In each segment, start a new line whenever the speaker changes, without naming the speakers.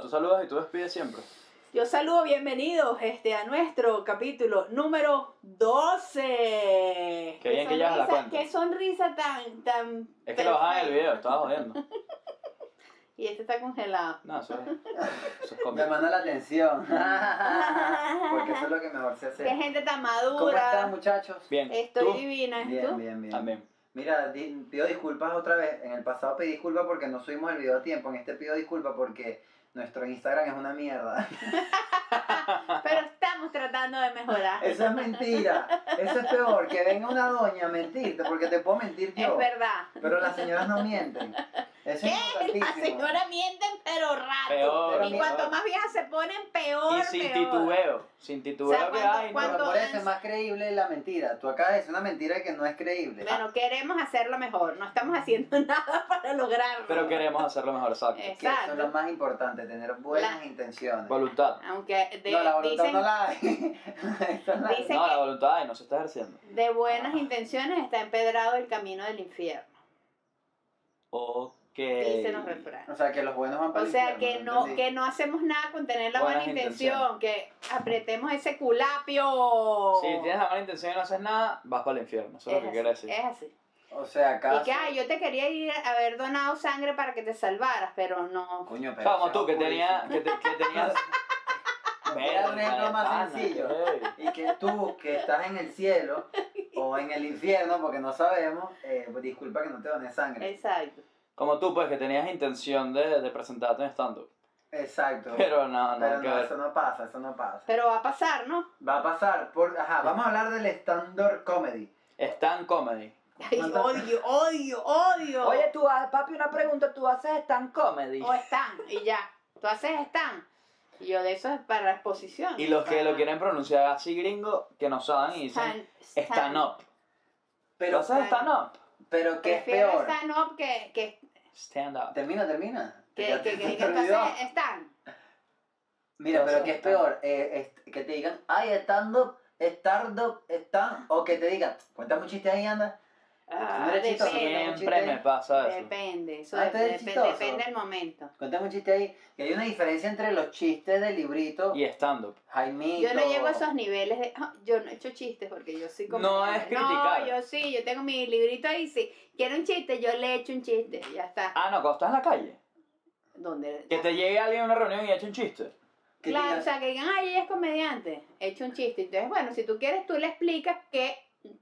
tú saludas y tú despides siempre.
Yo saludo, bienvenidos este, a nuestro capítulo número 12. Qué,
bien que llevas la
sonrisa-
cuenta.
Qué sonrisa tan, tan...
Es que lo bajas en el
perfecta.
video, estaba jodiendo.
Y este está congelado.
No, eso es, eso es cómico.
Llamando la atención. Porque eso es lo que mejor se
Qué
hace.
gente tan
¿Cómo están,
madura.
muchachos?
Bien,
Estoy
tú
divina, ¿es
Bien,
tú?
bien, bien.
también.
Mira, di- pido disculpas otra vez. En el pasado pedí disculpas porque no subimos el video a tiempo. En este pido disculpas porque nuestro Instagram es una mierda.
Pero estamos tratando de mejorar.
Eso es mentira. Eso es peor. Que venga una doña a mentirte porque te puedo mentir
Es
yo.
verdad.
Pero las señoras no mienten. Eso es
Las
importantísimo.
señoras mienten, pero rato.
Peor,
y
peor.
cuanto más viejas se ponen, peor.
Y sin
peor.
titubeo, sin titubeo que
O sea, cuando-
hay.
Pero
cuando-
por eso es más creíble la mentira. Tú acabas de decir una mentira que no es creíble.
Bueno, queremos hacerlo mejor. No estamos haciendo nada para lograrlo.
Pero queremos hacerlo mejor, exacto.
Eh.
Que eso es lo
exacto.
más importante, tener buenas
La-
intenciones.
Voluntad.
Aunque de-
no, la voluntad
dicen,
no la hay. Eso es la-
dicen
No,
que
la voluntad ay, no se está ejerciendo.
de buenas intenciones está empedrado el camino del infierno.
Ok.
Dicen los refranes.
O sea, que los buenos van para
O
el
sea
Eh, infierno,
que no,
¿entendí?
que no hacemos nada con tener la
Buenas
buena intención, que apretemos ese culapio.
Si tienes la mala intención y no haces nada, vas para el infierno. Eso es, lo que quiere
así,
decir.
es así.
O sea,
Y
acaso...
que, ay, yo te quería ir a haber donado sangre para que te salvaras, pero no.
Coño, pero...
Como
eso
tú,
es
que tenías...
oscurísimo.
Que, te- que tenías...
Era un ejemplo más
pana,
sencillo.
ey.
Y que tú, que estás en el cielo o en el infierno, porque no sabemos, eh, pues, disculpa que no te doné sangre.
Exacto.
Como tú, pues, que tenías intención de, de presentarte en stand-up.
Exacto.
Pero no, no,
Pero
que
no,
ver.
eso no pasa, eso no pasa.
Pero va a pasar, ¿no?
Va a pasar por... Ajá, vamos a hablar del stand-up comedy.
Stand comedy.
Ay,
Manda-
odio, odio, odio.
Oye, tú, ah, papi, una pregunta, ¿tú haces stand comedy?
O están, y ya. Tú haces están. Y yo de eso es para la exposición.
Y los que
Para-
lo quieren pronunciar así gringo, que no saben y dicen
Stand-
stand up. ¿Lo
Pero,
haces stand up?
pero ¿qué es
Prefiero
peor?
stand up que, que,
Stand up.
Termina, termina.
que,
Ya
que,
te-
que,
te
que tú
olvidó.
haces stand.
Mira, pero
Entonces,
¿qué es
stand-up.
peor? Eh, es- que te digan, ay, stand-up, stand-up, stand O que te digan, cuéntame un chiste ahí, anda.
Ah,
eres chistoso,
depende,
¿no?
Siempre me pasa eso.
depende, eso
Ah, tú eres
depende,
chistoso.
depende del momento.
Cuéntame un chiste ahí. Que hay una diferencia entre los chistes de librito,
Y stand up.
Jaimito.
Yo no llego a esos niveles de. ah, Yo no he hecho chistes porque yo soy como.
No es criticar.
No, yo sí, yo tengo mi librito ahí. Si quiero un chiste, yo le echo un chiste. Ya está.
Ah, no, cuando estás en la calle.
Donde,
Que te llegue alguien a una reunión y eche un chiste.
Que
Claro,
digan,
o sea, que digan, ay, ella es comediante, echa un chiste. Entonces, bueno, si tú quieres, tú le explicas que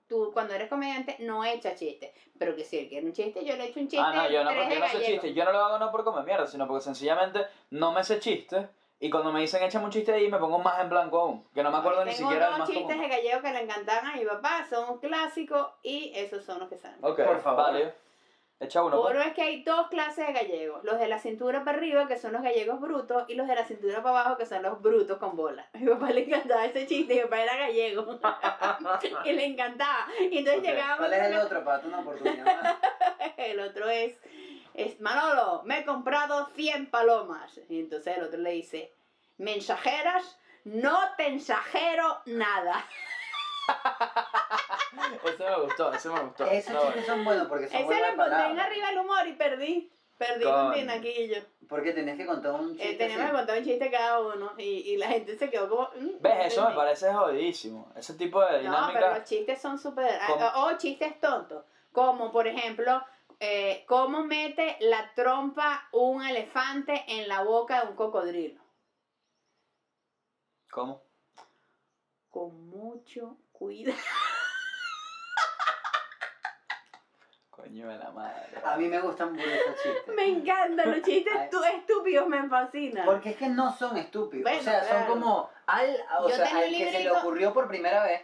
tú, cuando eres comediante, no echa chistes. Pero que si él quiere un chiste, yo le echo un chiste.
Ah, no, yo no,
tres
porque
de
yo no sé
gallego.
chistes. Yo no lo hago no por comer mierda, sino porque sencillamente no me sé chistes. Y cuando me dicen échame un chiste ahí, me pongo más en blanco aún. Que no me acuerdo ni
Tengo
siquiera del
dos
más
chistes
común.
de gallego que le encantaban a mi papá, son un clásico y esos son los que salen.
Ok,
Por favor.
Vale. Echa uno. pues.
Oro es que hay dos clases de gallegos, los de la cintura para arriba, que son los gallegos brutos, y los de la cintura para abajo, que son los brutos con bola. A mi papá le encantaba ese chiste, mi papá era gallego, y le encantaba. Y entonces
Ok,
llegábamos...
¿Cuál
a
es el
una-
otro para darte una oportunidad? más?
El otro es, es Manolo, me he comprado 100 palomas. Y entonces el otro le dice, mensajeras, no te ensajero nada.
Ese me gustó, ese me gustó. No,
Esos
bueno.
chistes son buenos porque son
Ese lo
buenas
encontré en
palabras.
arriba el humor y perdí. Perdí
Coño.
con Pinaquillo.
Porque tenés que contar un chiste.
Eh, teníamos que
así.
contar un chiste cada uno y, y la gente se quedó como... mm,
¿Ves? Eso me
entendí.
parece jodidísimo. Ese tipo de
No, pero
dinámica.
los chistes son súper...
¿Cómo?
ah, O chistes tontos, como por ejemplo... eh, ¿Cómo mete la trompa un elefante en la boca de un cocodrilo?
¿Cómo?
Con mucho cuidado.
Coño de la madre.
A mí me gustan mucho esos chistes.
Me encantan los chistes
Ay.
estu- estúpidos, me fascinan.
Porque es que no son estúpidos.
Bueno,
o sea,
claro.
son como al, o
Yo
sea,
tenía
al
un
que se le
librito-
ocurrió por primera vez.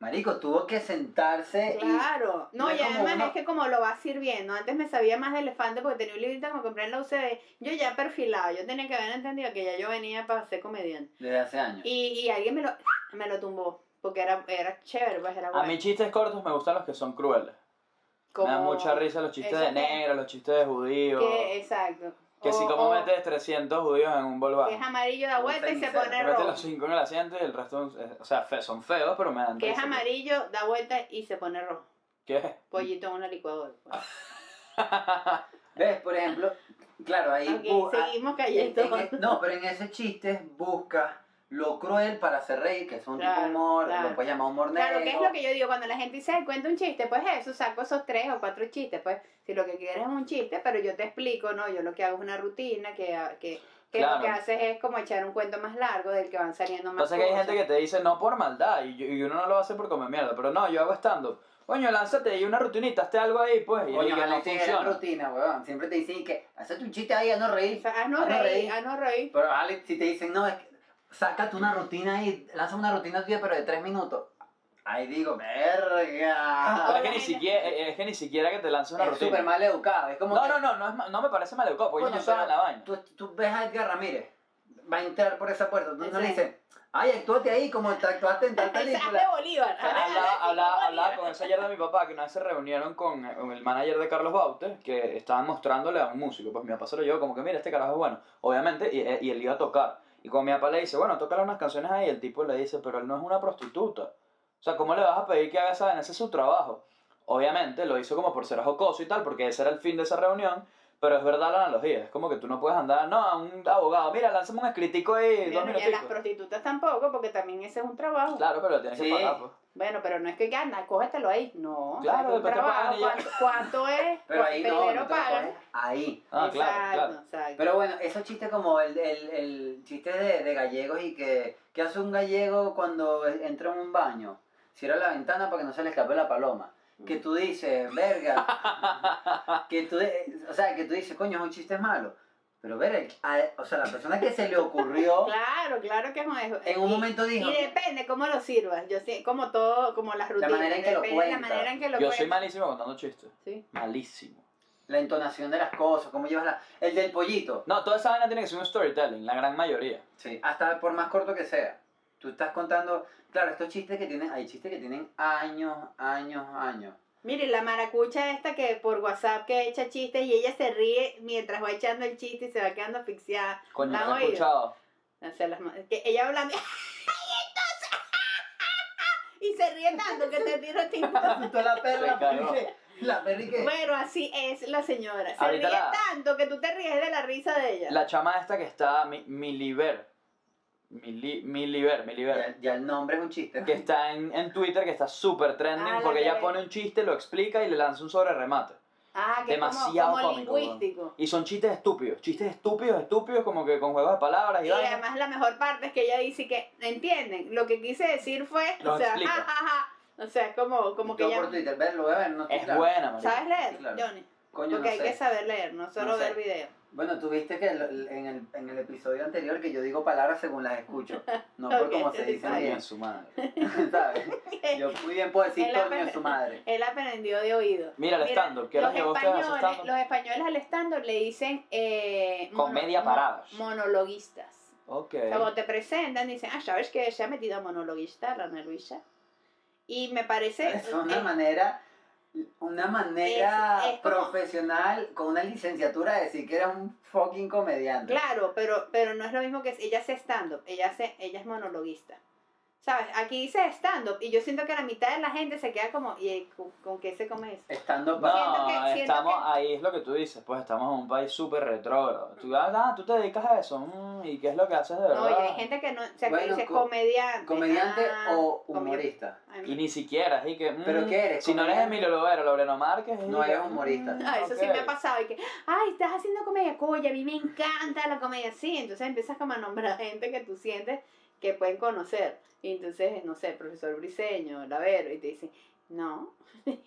Marico, tuvo que sentarse
Claro. No,
no
y
es como
además
uno-
es que como lo va sirviendo. Antes me sabía más de elefante porque tenía un librito que me compré en la UCB. Yo ya perfilado. Yo tenía que haber entendido que ya yo venía para ser comediante.
y desde hace años.
Y, y alguien me lo, me lo tumbó. Porque era, era chévere, pues era
A
bueno.
mí chistes cortos me gustan los que son crueles. Me dan mucha risa los chistes
eso
de
que-
negro, los chistes de judío.
Que, exacto.
Que si
O-
como
o
metes 300 judíos en un
Que es
volván.
amarillo da
Un
vuelta y se
cenicero.
pone
es
Mete los
rojo.
5 en el asiento y el resto, eh, o sea, fe- son feos, pero me dan
Que es
risa.
amarillo da vuelta y se pone rojo.
¿Qué?
Pollito en una licuadora. pues.
¿Ves? Por ejemplo, claro, ahí... bu-
Ok,
ah,
seguimos
en-
este
cayendo.
en- no, pero en ese chiste busca lo cruel para hacer reír, que es un tipo
Claro,
de humor,
claro.
lo puedes llamar humor negro.
Claro, que es lo que yo digo, cuando la gente dice, "Ay, cuenta un chiste, pues eso, saco esos tres o cuatro chistes, pues si lo que quieres es un chiste, pero yo te explico, no, yo lo que hago es una rutina, que, ah, que, que lo
Claro.
que haces es como echar un cuento más largo del que van saliendo más
Pasa que hay gente
cosas.
que te dice no por maldad y, yo- y uno no lo hace por comer mierda, pero no, yo hago stand-up. Coño, lánzate y una rutinita, hazte algo ahí, pues, y
Coño,
es que no
Alexis, era
funciona.
rutina, weón. Siempre te dicen que haces tu chiste ahí a no
O
reír.
sea, haznos
Ah,
Haznos
reír,
reír.
haznos reír.
Pero Alex, si te dicen, no, es que sácate una rutina ahí, lanza una rutina tuya, pero de tres minutos. Ahí digo,
Pero es que,
verga.
ni
Obviamente.
siquiera, es que ni siquiera que te lance una
Es súper
rutina.
mal educado. Es como
No,
que-
no, no, no, es ma- no me parece mal educado, porque
Coño,
ellos saben
pero
la vaina.
Tú, tú ves a Edgar Ramírez, va a entrar por esa puerta. Tú no
Exacto.
le dices, ay, actúate ahí como te actuaste en tal
Haz "Ah, de
película.
Bolívar. haz de-
Hablaba,
haz de
hablaba, hablaba
Bolívar.
con eso ayer de mi papá, que una vez se reunieron con, eh, con el manager de Carlos Bautes, que estaban mostrándole a un músico. Pues mi papá se lo llevó como que, mira, este carajo es bueno. Obviamente, y, eh, y él iba a tocar. Y cuando mi papá le dice, bueno, tócale unas canciones ahí, el tipo le dice, pero él no es una prostituta. O sea, ¿cómo le vas a pedir que haga esa vaina? Ese es su trabajo. Obviamente, lo hizo como por ser jocoso y tal, porque ese era el fin de esa reunión. Pero es verdad la analogía, es como que tú no puedes andar, no, a un abogado, mira, lánzame un escritico ahí, dos
Bueno, y a las
minutitos.
prostitutas tampoco, porque también ese es un trabajo.
Claro, pero lo tienes
Sí.
que pagar, pues.
Bueno, pero no es que gana, cógetelo ahí. No,
Claro,
es un
después te
trabajo.
pagan y ya.
¿Cuánto, cuánto es?
Pero ahí no,
Primero
no te lo
pagan.
pones ahí.
Ah, claro, claro.
Exacto, exacto.
Pero bueno, esos chistes como el, el, el chiste de, de gallegos y que, ¿qué hace un gallego cuando entra en un baño? Cierra la ventana para que no se le escape la paloma. Que tú dices, verga. que tú, de- o sea, que tú dices, coño, es un chiste malo. Pero ver, o sea, la persona que se le ocurrió
Claro, claro que es un
en un momento
Y
dijo,
depende cómo lo sirvas. Yo sí, como todo, como las rutinas.
manera en que lo
depende de la
cuentas.
manera en que lo
Yo soy
cuentas.
malísimo contando chistes.
Sí.
Malísimo.
la entonación de las cosas, cómo llevas la... El del pollito.
No, toda esa vaina tiene que ser un storytelling, la gran mayoría.
Sí, hasta por más corto que sea. Tú estás contando, claro, estos chistes que tienen, hay chistes que tienen años, años, años.
Mire, la maracucha esta que por WhatsApp que echa chistes y ella se ríe mientras va echando el chiste y se va quedando asfixiada.
Coño,
¿La
no
has
he escuchado.
O sea, las ma- que ella hablando. ¡Ay, entonces! y se ríe tanto que te tiro tinta.
Asustó la perra,
Se cagó.
porque- la perra y que-
Bueno, así es la señora. Se
Ahorita
ríe
la-
tanto que tú te ríes de la risa de ella.
La chama esta que está, Mi- Miliver. Mili, Miliver, Miliver.
Ya, ya el nombre es un chiste.
Que está en, en Twitter, que está súper trending,
Ah, la
porque
que
ella
ve.
pone un chiste, lo explica y le lanza un sobre remate.
ah, que es como-
demasiado
como,
cómico, weón.
lingüístico.
Y son chistes estúpidos, chistes estúpidos, estúpidos, como que con juegos de palabras y,
Y
vaina.
además la mejor parte es que ella dice que, ¿entienden? Lo que quise decir fue, o
Lo
sea,
explica.
ja, ja, ja. O sea, es como, como
Y
que
todo
ella...
por Twitter, verlo, voy a ver, no estoy
Es
claro.
buena, marico.
¿Sabes leer,
Sí, claro.
Johnny?
Coño,
Porque
no
hay
sé.
que saber leer, no solo
No sé.
ver videos.
Bueno, tú viste que el- en, el, en el episodio anterior que yo digo palabras según las escucho, no por
Ok,
cómo se
está
dicen
Coño,
bien,
su madre.
¿sabes? Yo muy bien puedo decir
Es la
coño
perra.
de su madre.
Él aprendió de oído.
Mira el
Mira,
stand-up, ¿qué
los,
las llevó usted a hacer
españoles, los
stand-up?
españoles al stand le dicen... Eh, mono-
Comedia
mo-
paradas.
Monologuistas.
Ok.
O sea, cuando te presentan, dicen, ah, ¿sabes que se ha metido a monologuista Rana Luisa? Y me parece...
Es una
eh,
manera, una manera
es como-
profesional, con una licenciatura, de decir que eres un fucking comediante.
Claro, pero, pero no es lo mismo que ella hace stand-up, ella, hace- ella es monologuista. ¿Sabes? Aquí dice stand-up y yo siento que la mitad de la gente se queda como, ¿y eh, con, con qué se come eso?
Estando
No,
pa-
Siento que- siento
estamos,
que-
ahí es lo que tú dices, pues estamos en un país súper retrógrado. Tú, ah, ah, tú te dedicas a eso, mm, ¿y qué es lo que haces de verdad?
No, y hay gente que no, o sea, que
Bueno,
dice
co-
comediante.
comediante
ah,
o
comedia-
humorista.
Ay,
Y ni siquiera, así que... mm,
¿Pero qué eres?
Si no eres
¿Comediante?
Emilio Lovero, Loreno Márquez... y
No
que,
eres humorista.
mm,
Ah, eso sí
ok.
me ha pasado, y que, ay, estás haciendo comedia, coño, a mí me encanta la comedia, sí, entonces empiezas como a nombrar gente que tú sientes que pueden conocer, y entonces, no sé, profesor Briseño, Lavero, y te dicen, no,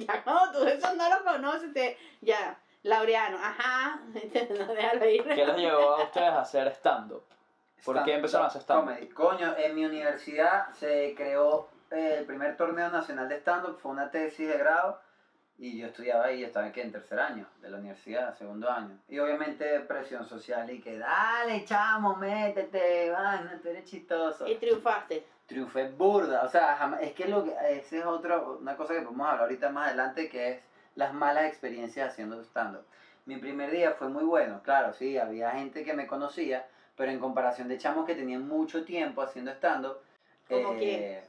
ya cuando tú eso no lo conoces, te- ya, Laureano, ajá, no déjalo ir.
¿Qué los llevó a ustedes a hacer stand-up? ¿Por qué empezaron a hacer stand-up?
Comedy. Coño, en mi universidad se creó eh, el primer torneo nacional de stand-up, fue una tesis de grado y yo estudiaba ahí, yo estaba aquí en tercer año de la universidad, segundo año. Y obviamente presión social y que dale, chamo, métete, vaina, tú eres chistoso.
Y triunfaste.
Triunfé burda, o sea, jamás- es que lo que, ese es otro, una cosa que podemos hablar ahorita más adelante que es las malas experiencias haciendo stand-up. Mi primer día fue muy bueno, claro, sí, había gente que me conocía, pero en comparación de chamos que tenían mucho tiempo haciendo stand-up,
¿Cómo
eh,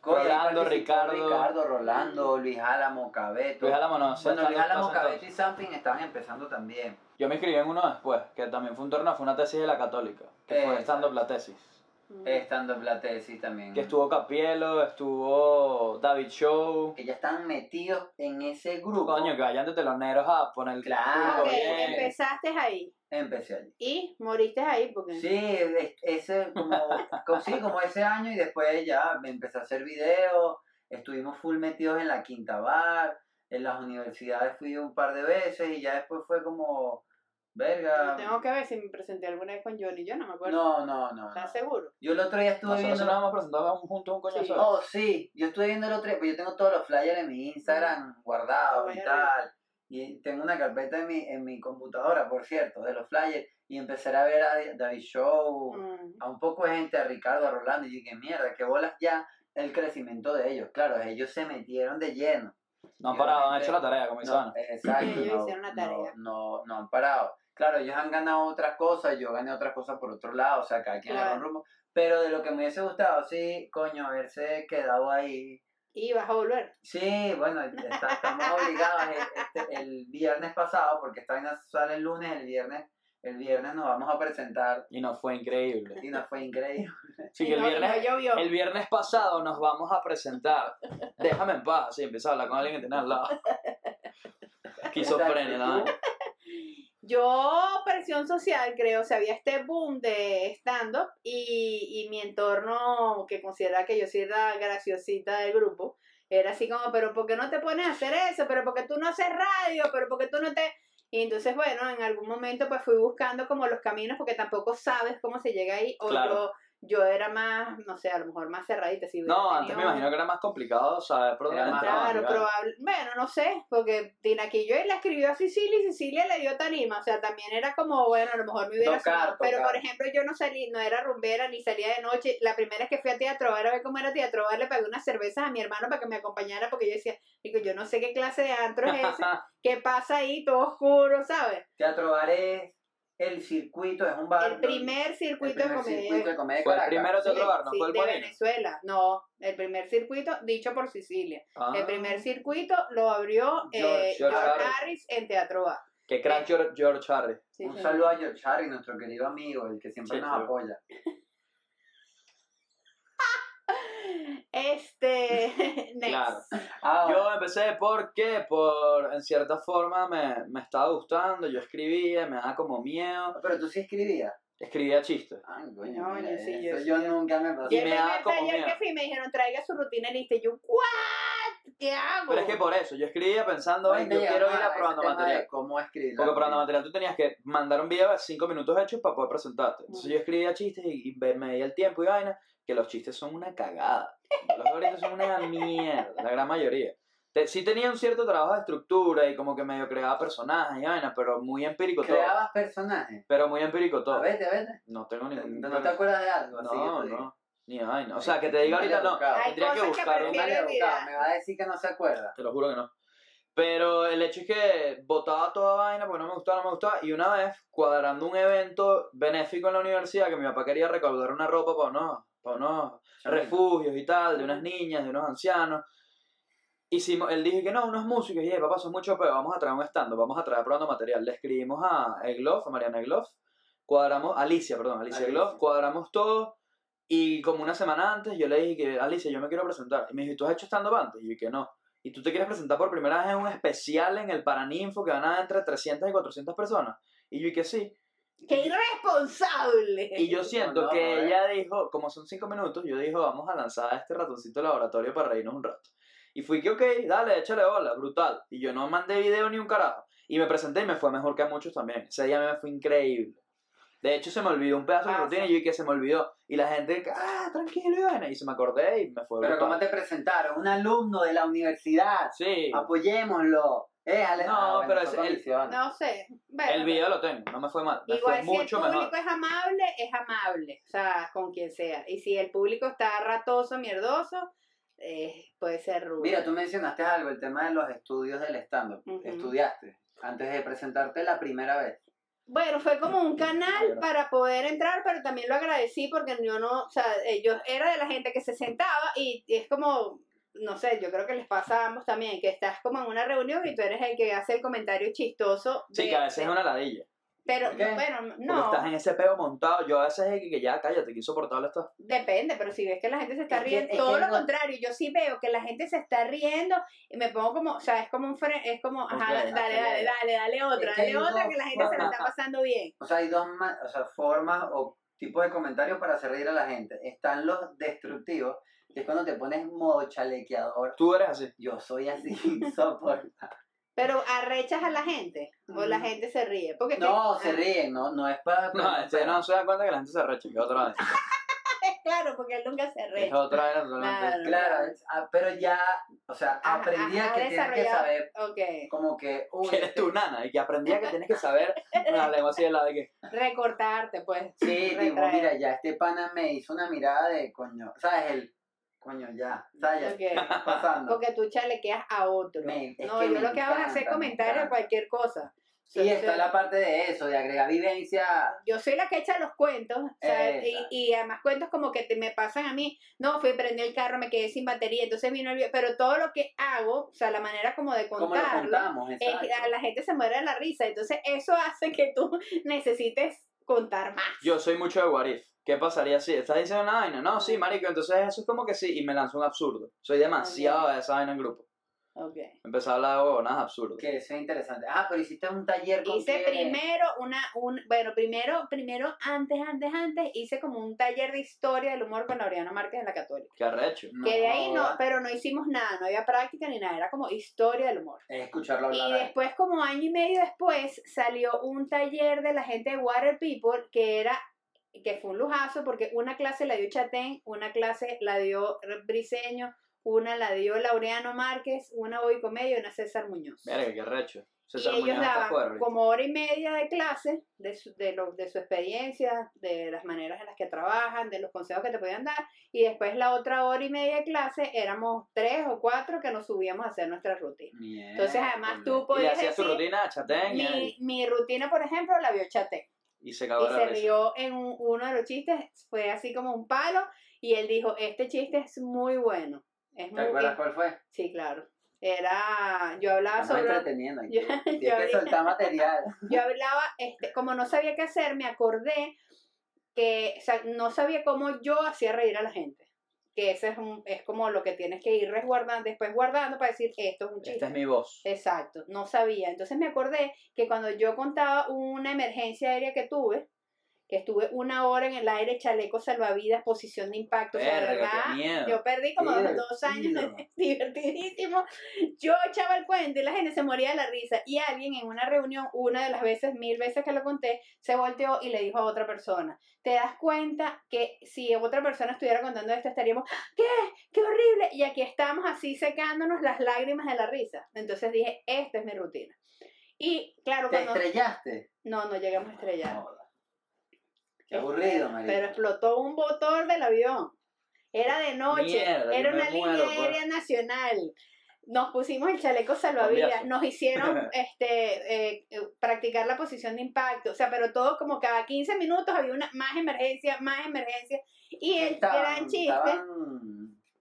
Coño, ahí
Rolando,
participó
Ricardo.
Ricardo, Rolando, Luis Álamo, Cabeto.
Luis Álamo no,
bueno, Luis Álamo,
no se entró.
Cabeto y Sampin estaban empezando también.
Yo me inscribí en uno después, que también fue un torneo, fue una tesis de la católica, que fue
Exacto.
estando la tesis.
Estando en Eh, la tesis también.
Que estuvo Capielo, estuvo David Show.
Que ya están metidos en ese grupo.
Coño, que vayan de teloneros a poner el
Claro.
Ok,
culo bien.
empezaste ahí
Empecé allí.
y moriste ahí porque...
Sí, es- ese como, co- sí, como ese año y después ya me empecé a hacer videos, estuvimos full metidos en la quinta bar, en las universidades fui un par de veces y ya después fue como,
Yo
verga.
Tengo que ver si me presenté alguna vez con Johnny, yo no me acuerdo.
um, No, no, no. no.
¿Estás seguro?
Yo el otro día estuve
Nosotros
viendo...
nos hemos presentado juntos un coñazo.
Sí.
Oh, sí, yo estuve viendo el otro día, pues yo tengo todos los flyers en mi Instagram
Mm.
guardados y
Flyers.
tal. Y tengo una carpeta en mi, en mi computadora, por cierto, de los flyers. Y empezar a ver a David Show,
Mm.
a un poco de gente, a Ricardo, a Rolando, y yo que mierda, que bolas ya el crecimiento de ellos. Claro, ellos se metieron de lleno.
No han
Y
parado, han
obviamente-
hecho la tarea, como dice
No,
Ana.
exacto.
Ellos
no,
hicieron la
no,
tarea.
No, no, han parado. Claro, ellos han ganado otras cosas, yo gané otras cosas por otro lado, o sea, cada quien agarró
Claro.
un rumbo. Pero de lo que me hubiese gustado, sí, coño, haberse quedado ahí.
Y vas a volver.
Sí, bueno, está- estamos obligados el, este- el viernes pasado, porque esta vaina sale el lunes, el viernes, el viernes nos vamos a presentar
Y nos fue increíble.
y nos fue increíble.
Sí,
Y
que el
no, y
viernes,
no llovió.
el viernes pasado nos vamos a presentar. Déjame en paz, sí, empecé a hablar con alguien que tenía al lado. Esquizofrenia,
Exacto,
¿no?
¿y tú?
Yo, presión social, creo, o sea, había este boom de stand-up y, y mi entorno que considera que yo soy la graciosita del grupo, era así como, pero ¿por qué no te pones a hacer eso? ¿Pero por qué tú no haces radio? ¿Pero por qué tú no te...? Y entonces, bueno, en algún momento pues fui buscando como los caminos porque tampoco sabes cómo se llega ahí o
Claro.
yo, yo era más, no sé, a lo mejor más cerradita. Si hubiera
No, antes me
tenido-
imagino que era más complicado saber por dónde
Era más
entrar,
Claro,
¿vale?
probable. Bueno, no sé, porque Tinaquillo la escribió a Sicilia y Sicilia le dio tarima. O sea, también era como, bueno, a lo mejor me hubiera
Tocar,
sumado, Pero,
tocar.
por ejemplo, yo no salí, no era rumbera ni salía de noche. La primera vez que fui a Teatro Bar a ver cómo era Teatro Bar, le pagué unas cervezas a mi hermano para que me acompañara, porque yo decía, digo, yo no sé qué clase de antro es ese, qué pasa ahí, todo oscuro, ¿sabes?
Teatro Bar es el circuito, es un bar.
El primer circuito
el primer
de comedia.
circuito de comedia de
Fue el
Caracas.
primero Teatro Bar, ¿no
Sí,
fue el
de
Guarino?
Venezuela, no, el primer circuito dicho por Sicilia.
Ah,
El primer circuito lo abrió eh,
George-
George
George
Harris.
Harris. en Teatro A.
Que crack George, George Harry.
Sí,
un
sí.
saludo a George Harry, nuestro querido amigo, el que siempre
Sí,
nos
sí.
apoya.
Este, next.
Claro.
Ah,
Yo empecé porque, por, en cierta forma, me, me estaba gustando, yo escribía, me daba como miedo.
pero tú sí escribías.
Escribía chistes.
Ay, coño,
No,
mira,
yo sí, yo
eso
sí.
yo nunca me pasó.
Y
Y
el
me
primer
daba como
taller
miedo.
que fui me dijeron, traiga su rutina lista. Y yo, ¿what? ¿Qué hago?
Pero es que por eso, yo escribía pensando en,
Nunca
yo quiero
llegaba
ir a probando
ese tema
material.
de ¿Cómo escribir?
Porque probando material tú tenías que mandar un video de 5 minutos hechos para poder presentarte. Entonces yo escribía chistes y, y ve- me veía el tiempo y vaina, que los chistes son una cagada. Los chistes son una mierda, la gran mayoría. Te- sí tenía un cierto trabajo de estructura y como que medio creaba personajes y vaina, pero muy empírico todo.
¿Creabas personajes?
Pero muy empírico
A
todo.
vete, vete.
No tengo ningún...
¿No te acuerdas de algo? Así que
No,
tú digas.
no. Ni vaina. O sea, que te diga
Mal
ahorita no.
educado,
Ay,
Tendría que
cosas que
buscar un
prefiero
mal educado,
olvidar.
Me va a decir que no se acuerda.
Te lo juro que no. Pero el hecho es que botaba toda vaina porque no me gustaba, no me gustaba. Y una vez, cuadrando un evento benéfico en la universidad, que mi papá quería recaudar una ropa para unos, para unos refugios y tal, de unas niñas, de unos ancianos. Hicimos, él dijo que no, unos músicos. Y dije, papá, son mucho pero vamos a traer un stand vamos a traer probando material. Le escribimos a Egloff, a Mariana Egloff. Cuadramos, Alicia, perdón, Alicia
Alicia.
Egloff. Cuadramos todo. Y como una semana antes, yo le dije que, Alicia, yo me quiero presentar. Y me dijo, ¿y tú has hecho stand-up antes? Y yo que no. Y tú te quieres presentar por primera vez en un especial en el Paraninfo que van a entre 300 y 400 personas. Y yo, y que sí.
¡Qué irresponsable!
Y yo siento
No, no,
que
eh.
ella dijo, como son cinco minutos, yo dijo, vamos a lanzar a este ratoncito de laboratorio para reírnos un rato. Y fui que, ok, dale, échale bola, brutal. Y yo no mandé video ni un carajo. Y me presenté y me fue mejor que a muchos también. Ese día me fue increíble. De hecho, se me olvidó un pedazo de
Pasa.
rutina y yo y que se me olvidó. Y la gente, ah, tranquilo, y vaina. Y se me acordé y me fue
Pero
brutal.
¿cómo te presentaron? Un alumno de la universidad.
Sí,
Ah,
Apoyémoslo. Eh, Ale-
No,
Ah, bueno,
pero
eso
es el-
condiciona.
No sé. Bueno,
el video lo tengo, no me fue mal. Me
Igual
fue
si el
mucho
público
mejor.
es amable, es amable. O sea, con quien sea. Y si el público está ratoso, mierdoso, eh, puede ser rudo.
Mira, tú mencionaste algo, el tema de los estudios del stand-up.
Ujú.
Estudiaste antes de presentarte la primera vez.
Bueno, fue como un canal
Claro.
para poder entrar, pero también lo agradecí porque yo no, o sea, eh, yo era de la gente que se sentaba y, y es como, no sé, yo creo que les pasa a ambos también, que estás como en una reunión y tú eres el que hace el comentario chistoso.
Sí,
de-
que a veces es
de-
una ladilla.
Pero
¿Por qué?
bueno,
Porque
no,
estás en ese peo montado. Yo a veces es que, que ya cállate, que insoportable estás.
depende, pero si ves que la gente se está
Es que-
riendo,
es que
todo lo
no-
contrario, yo sí veo que la gente se está riendo y me pongo como, o sea, es como un fre- es como, ajá,
Ok,
dale, dale,
acelera.
dale, dale otra,
Es
dale
que hay
otra
dos
que la gente se la está pasando bien.
O sea, hay dos ma- o sea, formas o tipos de comentarios para hacer reír a la gente. Están los destructivos, que es cuando te pones modo chalequeador.
Tú eres así.
Yo soy así, insoportable.
Pero arrechas a la gente o la gente se ríe. Porque es que-
No, se
ah,
ríen, no, no es para...
No, este, no se da cuenta que la gente se recha. Que es otra vez.
Claro, porque él nunca se
Es
ríe.
otra vez totalmente.
Claro,
Claro, es- ah, pero ya, o sea,
Ajá,
aprendí a
ajá,
que tienes que
desarrollado.
saber
Ok.
como que... uy,
Que eres
este-
tu nana y que aprendía que tienes que saber una lengua así de la de que.
Recortarte, pues.
Sí, tipo,
Retraer.
mira, ya este pana me hizo una mirada de coño, ¿sabes? El coño, ya, ¿sabes? Ya
Ok.
está pasando.
Porque tú chalequeas a otro.
Me- es
no,
que
yo
me
lo que hago es
encanta,
hacer
me
comentarios a
encanta.
cualquier cosa.
Y
Entonces,
está la parte de eso, de agregar vivencia.
Yo soy la que echa los cuentos, o sea, y,
Exacto.
y además cuentos como que te, me pasan a mí. No, fui, prendí el carro, me quedé sin batería, entonces vino el... vi- Pero todo lo que hago, o sea, la manera como de
Como lo
contarlo,
contamos,
es-
exacto.
a la gente se muere de la risa. Entonces, eso hace que tú necesites contar más.
Yo soy mucho de Warif. ¿Qué pasaría si estás diciendo una vaina? No, sí, marico. Entonces eso es como que sí. Y me lanzó un absurdo. Soy demasiado de esa vaina en grupo.
Ok.
Empecé a hablar de huevonadas absurdas.
Que eso es interesante. Ah, pero hiciste un taller con
Hice
quién?
primero una, un, bueno, primero, primero, antes, antes, antes, hice como un taller de historia del humor con Laureano Márquez de la Católica.
Qué arrecho.
No,
que de ahí no,
joda.
pero no hicimos nada, no había práctica ni nada, era como historia del humor.
Es escucharlo hablar.
Y
a él.
después, como año y medio después, salió un taller de la gente de Water People que era que fue un lujazo porque una clase la dio Chatén, una clase la dio Briseño, una la dio Laureano Márquez, una Boico Medio y una César Muñoz.
Mira, qué arrecho. César
y ellos
Muñoz está fuera.
daban
ahorita.
como hora y media de clase de su, de, lo- de su experiencia, de las maneras en las que trabajan, de los consejos que te podían dar. Y después la otra hora y media de clase éramos tres o cuatro que nos subíamos a hacer nuestra rutina. Entonces, además,
Miércoles.
tú pues,
Y le
podías
hacía su
decir,
rutina a Chatén y,
mi, mi rutina, por ejemplo, la vio Chatén.
y se
Y
cagó la
se
risa.
rió en un- uno de los chistes, fue así como un palo. Y él dijo, este chiste es muy bueno. Es
¿Te
muy
acuerdas cuál fue?
Sí, claro. Era, yo hablaba
Estamos
sobre
entreteniendo. aquí.
Yo- yo
Tienes que
ahorita-
soltar material.
yo hablaba, este, como no sabía qué hacer, me acordé que o sea, no sabía cómo yo hacía reír a la gente. Que ese es, un- es como lo que tienes que ir resguardando, después guardando para decir, esto es un chiste.
Esta es mi voz.
Exacto, no sabía. Entonces me acordé que cuando yo contaba una emergencia aérea que tuve, que estuve una hora en el aire, chaleco, salvavidas, posición de impacto, o sea, de
Verga,
verdad,
qué miedo.
yo perdí como dos,
Divertido.
dos años de- divertidísimo. Yo echaba el cuento y la gente se moría de la risa. Y alguien en una reunión, una de las veces, mil veces que lo conté, se volteó y le dijo a otra persona. Te das cuenta que si otra persona estuviera contando esto, estaríamos, ¿qué? ¡Qué horrible! Y aquí estamos así secándonos las lágrimas de la risa. Entonces dije, esta es mi rutina. Y claro,
¿Te
cuando...
estrellaste?
No, no llegamos a estrellar.
No, joda. Qué aburrido, marico.
Pero explotó un motor del avión. Era de noche,
Mierda, yo me
era una línea
muero, pues.
aérea nacional. Nos pusimos el chaleco salvavidas,
Cambiazo.
nos hicieron este, eh, eh, practicar la posición de impacto, o sea, pero todo como cada 15 minutos había una más emergencia, más emergencia. Y el gran chiste,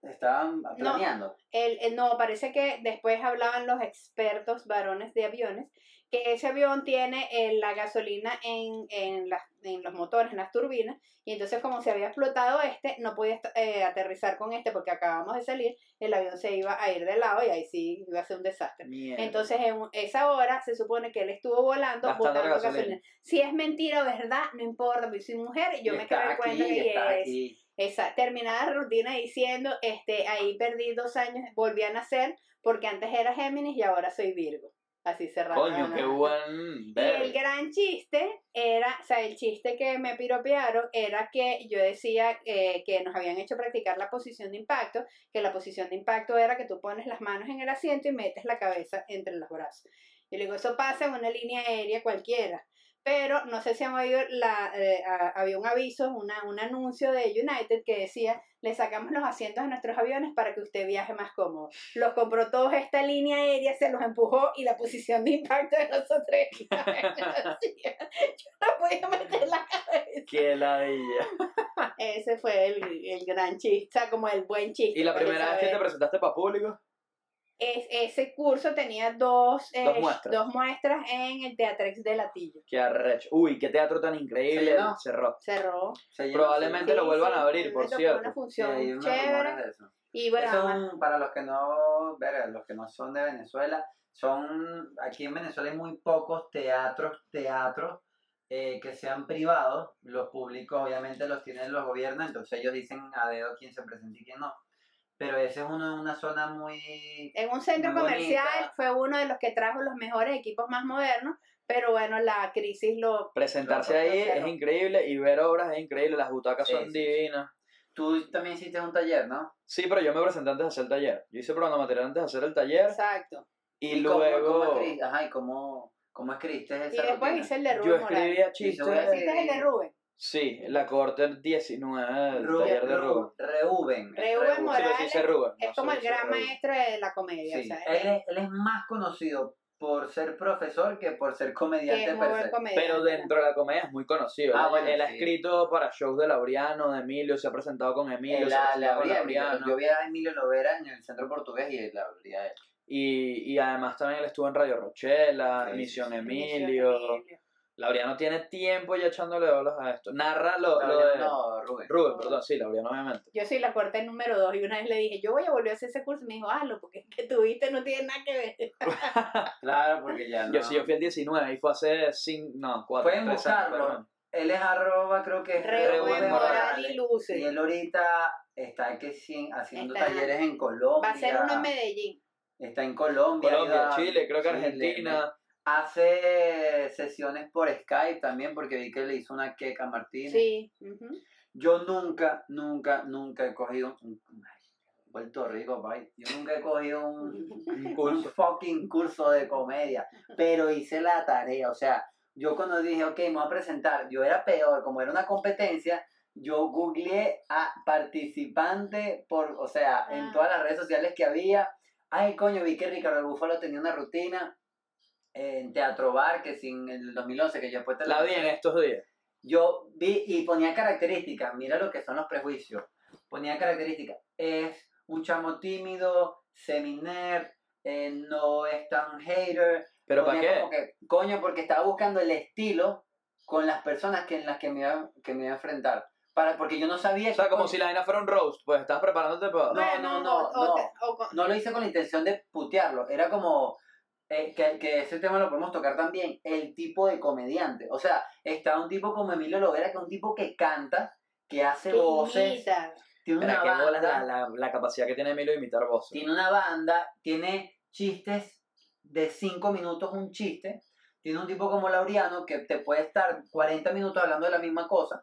Estaban, estaban planeando.
el, el- no, parece que después hablaban los expertos varones de aviones, que ese avión tiene eh, la gasolina en, en, las- en los motores, en las turbinas, y entonces como se había explotado este, no podía est- eh, aterrizar con este porque acabamos de salir, el avión se iba a ir de lado y ahí sí iba a ser un desastre.
Mierda.
Entonces en un- esa hora se supone que él estuvo volando,
Gastando
botando gasolina.
gasolina.
Si es mentira o verdad, no importa, porque soy mujer y yo
Y
me
está
quedé en cuenta
aquí,
que
está
es-
aquí.
esa terminada la rutina diciendo, este, ahí perdí dos años, volví a nacer, porque antes era Géminis y ahora soy Virgo. Así cerrado.
Coño, qué buen.
Y el
Ver.
gran chiste era, o sea, el chiste que me piropearon era que yo decía eh, que nos habían hecho practicar la posición de impacto, que la posición de impacto era que tú pones las manos en el asiento y metes la cabeza entre los brazos. Yo le digo, eso pasa en una línea aérea cualquiera. pero no sé si han oído, la, eh, a- había un aviso, una, un anuncio de United que decía, le sacamos los asientos a nuestros aviones para que usted viaje más cómodo. Los compró todos esta línea aérea, se los empujó y la posición de impacto de los tres. Yo no podía meter la cabeza.
Qué ladilla.
Ese fue el, el gran chiste, o sea, como el buen chiste.
¿Y la
pues,
primera vez que te
Isabel.
presentaste para público?
Es- ese curso tenía dos, eh,
Dos muestras.
dos muestras en el Teatrex de Latillo.
Qué arrecho. Uy, qué teatro tan increíble.
Sí, ¿no?
Cerró.
Cerró.
Se llenó,
Probablemente
sí.
lo vuelvan a
a mí
abrir,
me
por
tocó Una
cierto.
Sí,
función
hay unos rumores
chévere.
de eso.
Y bueno,
Eso es
además,
un- para los que no, verga, los que no son de Venezuela, son aquí en Venezuela hay muy pocos teatros, teatros eh, que sean privados. Los públicos obviamente los tienen los gobiernos, entonces ellos dicen a dedo quién se presenta y quién no. Pero ese es uno, una zona muy
en un centro
muy
comercial
bonita.
fue uno de los que trajo los mejores equipos más modernos, pero bueno, la crisis lo...
Presentarse
Claro,
ahí
claro.
es increíble y ver obras es increíble. Las butacas
Sí,
son
sí, sí.
divinas.
Tú también hiciste un taller, ¿no?
Sí, pero yo me presenté antes de hacer el taller. Yo hice programaterial antes de hacer el taller
Exacto.
y,
cómo-
luego
cómo escri- ajá, ¿y cómo, cómo escribiste esa
Y después
rutina?
hice el de
yo
Rubén Morales.
escribía
Y seguro
chistes.
que-
¿Hiciste el de Rubén?
Sí, la corte 19 del
Ru-
taller de
Ru-
Rubén.
Reuben.
Reuben
Sí,
Morales.
pero sí dice Rubén.
Es
no
como
se
el
dice
gran
Rubén.
maestro de la comedia.
Sí,
o sea,
él,
es-
es, él es más conocido por ser profesor que por ser
que
comediante
es muy
per
buen
se.
comediante.
Pero dentro de la comedia es muy conocido.
Ah,
Él-
bueno,
él ha
sí.
escrito para shows de Laureano, de Emilio, se ha presentado con Emilio,
Eh,
se ha
la, la
presentado con
abría,
Laureano.
Emilio. yo vi a Emilio Lovera en el centro portugués y la abría él.
Y, y además también él estuvo en Radio Rochela,
Sí, sí,
Misión
sí.
Emilio. Laureano tiene tiempo ya echándole bolas a esto. Narra lo, lo
Laureano,
de...
no, Rubén.
Rubén, perdón, sí, Laureano obviamente.
Yo soy la corte número dos y una vez le diste, yo voy a volver a hacer ese curso y me dijo, hazlo, porque el que tuviste no tiene nada que ver.
Claro, porque ya no.
Yo sí, yo fui el 19 y fue hace 5, no, 4,
Pueden buscarlo.
perdón.
Él es arroba, creo que es
Reuben
Rubén
Morales y Luce.
Y él ahorita está que sí, haciendo
Está-
talleres en Colombia.
Va a ser uno en Medellín.
Está en Colombia.
Colombia,
ha ido a-
Chile, creo que
Chile,
Argentina.
Hace sesiones por Skype también, porque vi que le hizo una queca a Martínez.
Sí. ujú.
Yo nunca, nunca, nunca he cogido un. ay, Puerto Rico, bye. Yo nunca he cogido un,
Un
un
curso.
fucking curso de comedia, pero hice la tarea. O sea, yo cuando dije, ok, me voy a presentar, yo era peor, como era una competencia, yo googleé a participante por, o sea,
Ah.
en todas las redes sociales que había. Ay, coño, vi que Ricardo el Búfalo tenía una rutina en Teatro Bar, que sin el 2011, que yo después te
La vi en estos días.
yo vi y ponía características, mira lo que son los prejuicios. Ponía características. Es un chamo tímido, semi-nerd, eh, no es tan hater.
¿Pero para
Ponía
qué?
como que, coño, porque estaba buscando el estilo con las personas que, en las que me iba, que me iba a enfrentar. Para, porque yo no sabía...
O sea,
qué
como
coño-
si la vaina fuera un roast, pues estás preparándote para...
No, no, no,
o- o
no.
te- o con-
No lo hice con la intención de putearlo, era como eh, que, que ese tema lo podemos tocar también, el tipo de comediante. O sea, está un tipo como Emilio Lovera, que es un tipo que canta, que hace
que
voces,
imita.
tiene
Mira,
una,
qué bolas la,
banda,
la, la capacidad que tiene Emilio de imitar voces.
tiene una banda, tiene chistes de 5 minutos un chiste, tiene un tipo como Laureano que te puede estar 40 minutos hablando de la misma cosa,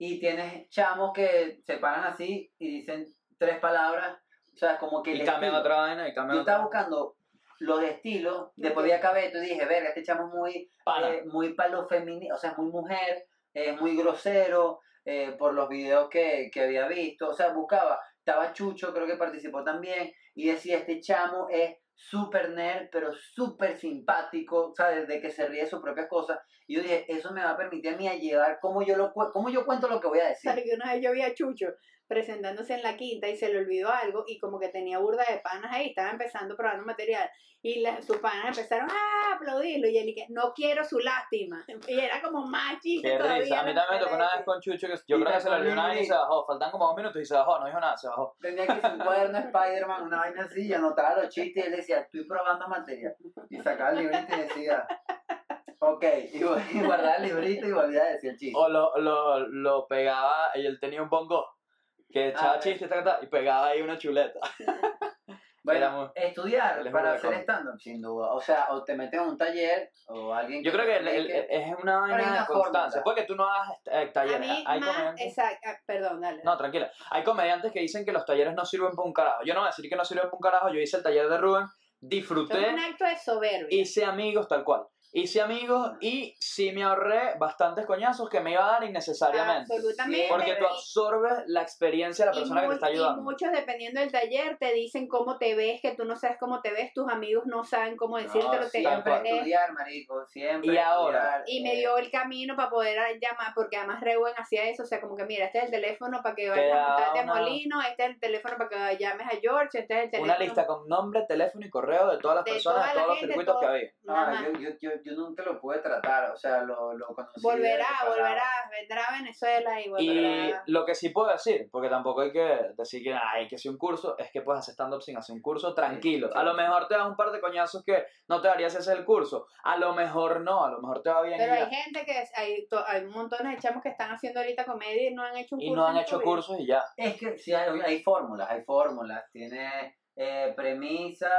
y tienes chamos que se paran así y dicen tres palabras, o sea, como que... el
Y cambian
estilo.
otra vaina, y cambian
Yo
otra
estaba buscando los estilos, después vi a Cabeto y dije, verga, este chamo es muy,
Pana.
eh, muy palo femenino, o sea, es muy mujer, es muy grosero, eh, por los videos que, que había visto, o sea, buscaba, estaba Chucho, creo que participó también, y decía, este chamo es súper nerd, pero súper simpático, o sea, desde que se ríe de sus propias cosas, y yo dije, eso me va a permitir a mí a llevar cómo yo, lo, cu- cómo yo cuento lo que voy a decir.
Sabe que una vez yo vi a Chucho presentándose en la quinta y se le olvidó algo y como que tenía burda de panas ahí, estaba empezando probando material y la- sus panas empezaron a aplaudirlo y él y que no quiero su lástima y era como más chiste
Qué
todavía,
risa. A mí
no
también me tocó
podía
una vez
decir.
con Chucho que yo
Y
creo que se
con
le olvidó una vaina y
Lili.
se bajó. Faltan como dos minutos y se bajó. No dijo nada, se bajó.
Tenía que su cuaderno Spider-Man, una vaina así, y anotaba los chistes y él decía, estoy probando material. Y sacaba el librito y decía, ok, y, gu- y guardaba el librito y volvía a decir el chiste.
O lo, lo, lo pegaba y él tenía un bongo que echaba
Ah,
chistes ta, ta, y pegaba ahí una chuleta. era muy-
Bueno, estudiar
él es
para
muy
hacer
bacán.
stand-up, sin duda. O sea, o te metes en un taller o alguien
Yo creo que el- el-
que-
es una
Pero hay
vaina
una
de constancia.
fórmula.
Porque tú no hagas eh,
A
talleres.
mí
Hay
más,
comediantes.
exacto, ah, perdón, dale.
No, tranquila. Hay comediantes que dicen que los talleres no sirven para un carajo. Yo no voy a decir que no sirven para un carajo. Yo hice el taller de Rubén,
Esto es
disfruté,
un acto de soberbia.
hice amigos tal cual. Hice amigos y sí me ahorré bastantes coñazos que me iba a dar innecesariamente.
Absolutamente.
Porque tú absorbes la experiencia de la persona que te
mu-
está
y
ayudando.
muchos, dependiendo del taller, te dicen cómo te ves, que tú no sabes cómo te ves, tus amigos no saben cómo decírtelo. te
tal
siempre
cual.
eh,
estudiar, marico, siempre
Y ahora,
estudiar,
y
eh,
me dio el camino para poder a- llamar, porque además re buen hacía eso, o sea, como que mira, este es el teléfono para que vayas
da
a montarte a
una-
Molino, este es el teléfono para que llames a George, este es el teléfono.
Una lista con nombre, teléfono y correo de todas las
De
personas,
toda
de
la
todos los
gente,
circuitos que
todo.
había.
no,
Nada más.
yo, yo, yo, yo nunca lo pude tratar, o sea, lo, lo conocí. de
volverá,
separado.
volverá, vendrá a Venezuela y
Y
volverá.
lo que sí puedo decir, porque tampoco hay que decir que hay que hacer un curso, es que puedes hacer stand-up sin hacer un curso tranquilo. A lo mejor te das un par de coñazos que no te darías si haces el curso. A lo mejor no, a lo mejor te va bien. y
Pero
ya.
hay gente que, es- hay, to- hay montones de chamos que están haciendo ahorita comedia y no han hecho un
y
curso.
no han
en su
hecho
vida.
cursos y ya.
Es que sí, hay, hay fórmulas, hay fórmulas. Tienes eh, premisa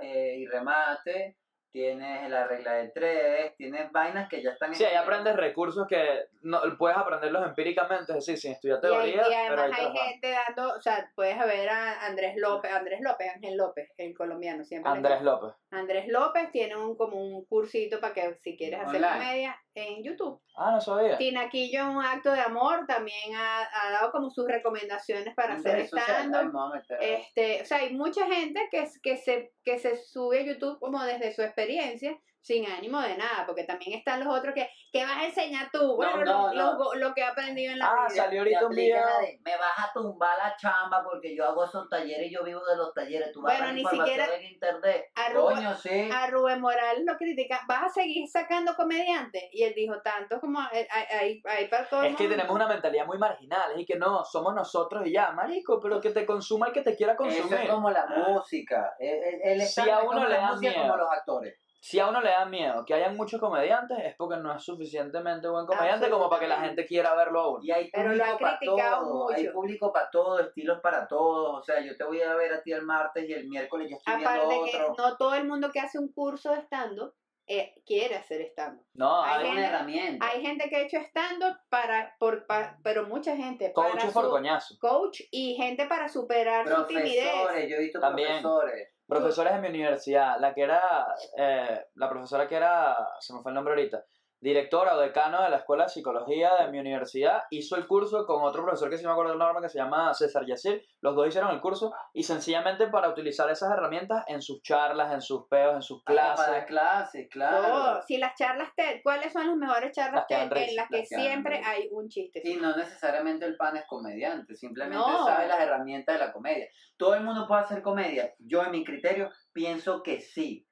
eh, y remate, tienes la regla de tres, tienes vainas que ya están...
Sí, ahí
escritas.
aprendes recursos que no, puedes aprenderlos empíricamente, es decir, sin estudiar
Y, hay-
teoría,
y
pero ahí
además
te
hay
los dan.
gente dando, o sea, puedes ver a Andrés López, Andrés López, Ángel López, el colombiano siempre.
Andrés López.
Andrés López tiene un, como un cursito para que si quieres hacer
Online.
comedia en YouTube.
Ah, no sabía.
Tina Quillo en un acto de amor también ha, ha dado como sus recomendaciones para
En
hacer
redes sociales, ay, me
stand-up.
voy a meter.
eh,
Este, o sea, hay mucha gente que, es- que, se, que se sube a YouTube como desde su experiencia, sin ánimo de nada, porque también están los otros que, ¿qué vas a enseñar tú? Bueno,
no,
lo, lo-
no.
lo que he aprendido en la
Ah,
vida.
salió
Te
ahorita un
aplica
video.
la de, me vas a tumbar la chamba porque yo hago esos talleres y yo vivo de los talleres. Tú vas
Bueno,
a dar
ni
información
siquiera-
en internet.
Arroba-
Coño, sí.
a Rubén Morales lo critica, vas a seguir sacando comediantes. Y él dijo, tanto como eh, hay, hay, hay para todo el
Es que
mundo.
tenemos una mentalidad muy marginal, es y que no, somos nosotros y ya, marico, pero que te consuma el que te quiera
Eso es
consumir.
como la música. El, el- el
Si
stand-up
Ah. a
es
uno
como
le
la
da
música
miedo.
como los actores.
Si a uno le da miedo que hayan muchos comediantes, es porque no es suficientemente buen comediante como para que la gente quiera verlo a uno.
Y hay
Pero lo han
público para
criticado
todo,
mucho.
hay público para todo, estilos para todos. O sea, yo te voy a ver a ti el martes y el miércoles yo estoy
Aparte
viendo
que
otro.
no todo el mundo que hace un curso de stand-up eh, quiere hacer stand-up.
No,
Hay
hay
gente-
una herramienta.
Hay gente que ha hecho stand-up para, por, pa- pero mucha gente para
coaches por
su-
coñazo.
coach y gente para superar su timidez.
Profesores, yo he visto
También.
profesores.
Profesores de mi universidad, la que era, eh, la profesora que era, se me fue el nombre ahorita, directora o decano de la Escuela de Psicología de mi universidad, hizo el curso con otro profesor que si me acuerdo el nombre, que se llama César Yacir, los dos hicieron el curso y sencillamente para utilizar esas herramientas en sus charlas, en sus peos, en sus
Hasta Para
clases.
clases, claro.
Todo. Si las charlas TED, ¿cuáles son las mejores charlas
Las que dan
TED? En
risa,
las que
las que dan
siempre
risa.
hay un chiste.
Y no necesariamente el pan es comediante, simplemente
No.
sabe las herramientas de la comedia. Todo el mundo puede hacer comedia. Yo, en mi criterio, pienso que sí.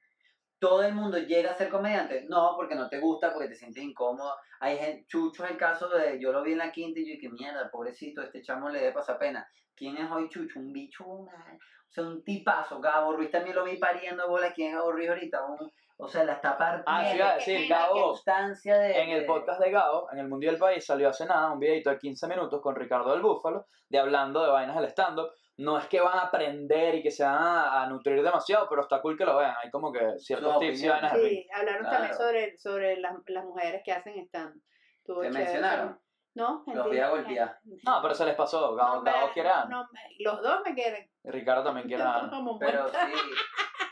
Todo el mundo llega a ser comediante. No, porque no te gusta, porque te sientes incómodo. Hay gente, Chucho es el caso de. Yo lo vi en la quinta y yo dije, mierda, pobrecito, este chamo le debe pasar pena. ¿Quién es hoy Chucho? Un bicho, una- o sea, un tipazo. Gabo Ruiz también lo vi pariendo bola. ¿Quién es Gabo Ruiz ahorita? Un- o sea, la está
Ah, sí,
partiendo.
iba a decir,
Gente que-
Gabo,
Constancia de-
en el
de-
podcast de Gao, en el Mundo del País, salió hace nada un videito de 15 minutos con Ricardo del Búfalo, de hablando de vainas del stand-up. No es que van a aprender y que se van a, a nutrir demasiado, pero está cool que lo vean. Hay como que ciertos
Sus
tips y
opiniones.
vainas de
Sí, hablaron también
Claro.
sobre, sobre las, las mujeres que hacen stand-up. Estuvo
Te
chévere.
mencionaron.
No,
Los
gente-
voy a golpear.
No, pero se les pasó. Gabo,
No,
Gabo
me-
quiere a Ana.
no, me- los dos me quieren.
Ricardo también quiere a Ana.
Como
ah. Pero
muerta.
sí.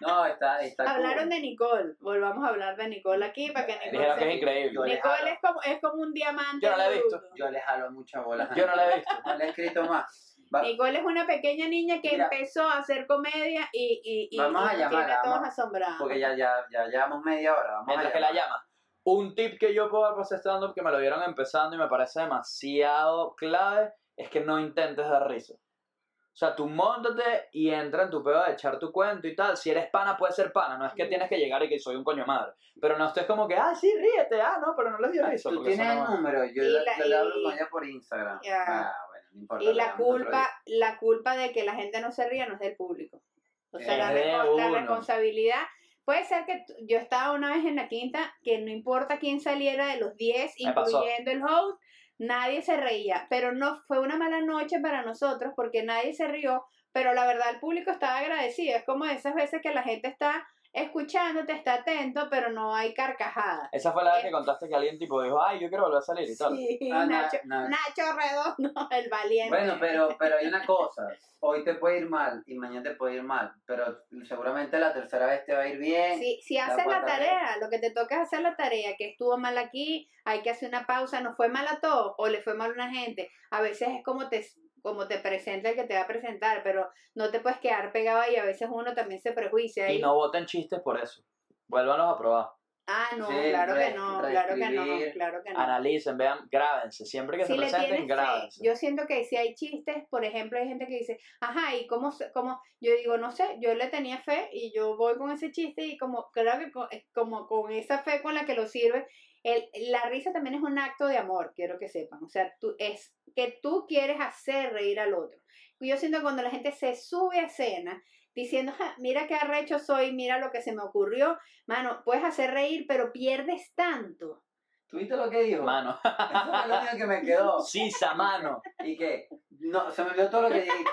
No, está, está
Hablaron
cool.
de Nicole. Volvamos a hablar de Nicole aquí para que Nicole.
Dijeron que
se-
es increíble.
Yo-
Nicole es como, es como un diamante.
Yo no la he
bruto.
Yo les jalo muchas bolas.
Yo no la he visto.
No le he escrito más. Va-
Nicole es una pequeña niña que
Mira.
empezó a hacer comedia y, y, y,
Vamos a
y
llamarla,
tiene a todos
vamos.
asombrados.
porque ya, ya, ya llevamos media hora. Vamos
Mientras
a
que la
llamar.
llama. Un tip que yo puedo dar para ese stand-up que me lo vieron empezando y me parece demasiado clave es que no intentes dar risa. O sea, tú montate y entra en tu pedo de echar tu cuento y tal. Si eres pana, puedes ser pana. No es que tienes que llegar y que soy un coño madre. Pero no estés como que, ah, sí, ríete. Ah, no, pero no les dio risa.
Tú
porque eso
tienes el
no va.
número. Yo
Y
le,
la-
yo le hablo
y-
con ella por Instagram.
Ya.
Ah, bueno, no importa.
Y
le
la
hablamos otro
culpa, la culpa de que la gente no se ría no es del público. O sea,
Es
la,
de
reco- la
uno.
responsabilidad. Puede ser que t- yo estaba una vez en la quinta, que no importa quién saliera de los 10,
Me pasó.
incluyendo el host, nadie se reía. Pero no fue una mala noche para nosotros porque nadie se rió pero la verdad el público está agradecido. Es como esas veces que la gente está escuchándote, está atento, pero no hay carcajada.
Esa fue la vez que contaste que alguien tipo dijo, ay, yo quiero volver a salir y tal.
Eh. Sí,
Ah, na-
Nacho,
na-
Nacho Redondo, el valiente.
Bueno, pero, pero hay una cosa. Hoy te puede ir mal y mañana te puede ir mal. Pero seguramente la tercera vez te va a ir bien.
Si, si
La
haces la
cuarta vez.
tarea, lo que te toca es hacer la tarea, que estuvo mal aquí, hay que hacer una pausa, no fue mal a todos o le fue mal a una gente. A veces es como te, como te presenta el que te va a presentar, pero no te puedes quedar pegado ahí, a veces uno también se prejuicia.
Y
ahí.
no voten chistes por eso. Vuélvanos a probar.
Ah, no,
Sí,
claro que
re-
no, claro que no,
reescribir,
claro que no.
Analicen, vean, grábense. Siempre que se
Si le
presenten,
tienes fe,
grábense.
yo siento que si hay chistes, por ejemplo, hay gente que dice, ajá, y cómo, se- cómo, yo digo, no sé, yo le tenía fe y yo voy con ese chiste y como, creo que con, es como con esa fe con la que lo sirve, el, la risa también es un acto de amor, quiero que sepan, o sea, tú, es que tú quieres hacer reír al otro. Y Yo siento que cuando la gente se sube a escena diciendo, "Ja, mira qué arrecho soy, mira lo que se me ocurrió, mano, puedes hacer reír, pero pierdes tanto.
¿Tú viste lo que dijo?
Mano.
Eso fue lo único que me quedó.
Sisa, mano.
Y que, no, se me olvidó todo lo que dijiste.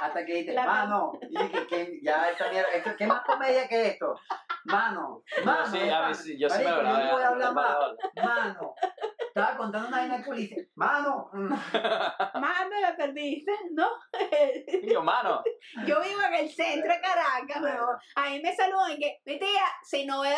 Hasta que dijiste,
La-
mano. Y dije, que ya esta mierda, esto, ¿qué más comedia que esto? Mano, mano.
Yo sí, a mí sí, yo sí me
marico,
lo
yo no voy a
grabé.
hablar más.
Vale,
Mano. Estaba contando una vaina cool y dice, mano. mm.
Mano, la perdiste, ¿no?
vale. Y Yo, mano.
Yo vivo en el centro de Caracas,
Bueno.
weón. A mí me saludan y que, mi tía, sin novedad.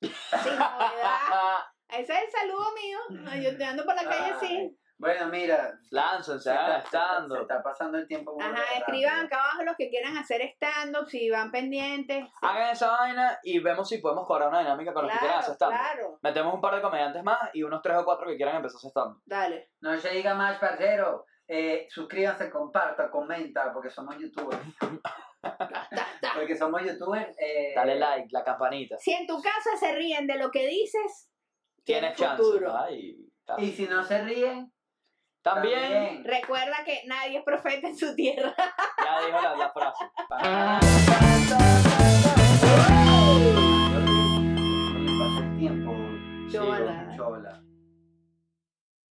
Sin
Ah,
novedad. Ese es el saludo mío. Ay, Yo te ando por la calle así.
Ay, Bueno, mira.
Lánzense,
se está-
hagan
Se
estando.
está pasando el tiempo. muy
Ajá,
rápido.
escriban acá abajo los que quieran hacer stand-up, si van pendientes.
Hagan esa vaina y vemos si podemos cobrar una dinámica con los que quieran hacer
Claro,
stand
claro.
Metemos un par de comediantes más y unos tres o cuatro que quieran empezar a hacer stand
Dale.
No se diga más, parcero. Eh, suscríbanse, compartan, comenta, porque somos youtubers.
Ta, ta, ta.
Porque somos youtubers. eh,
Dale like, la campanita.
Si en tu casa se ríen de lo que dices,
Tienes
tienes
chance.
futuro.
¿verdad? Y-
Y si no se ríen,
También,
recuerda que nadie es profeta en su tierra.
ya dijo la, la frase.
Tanto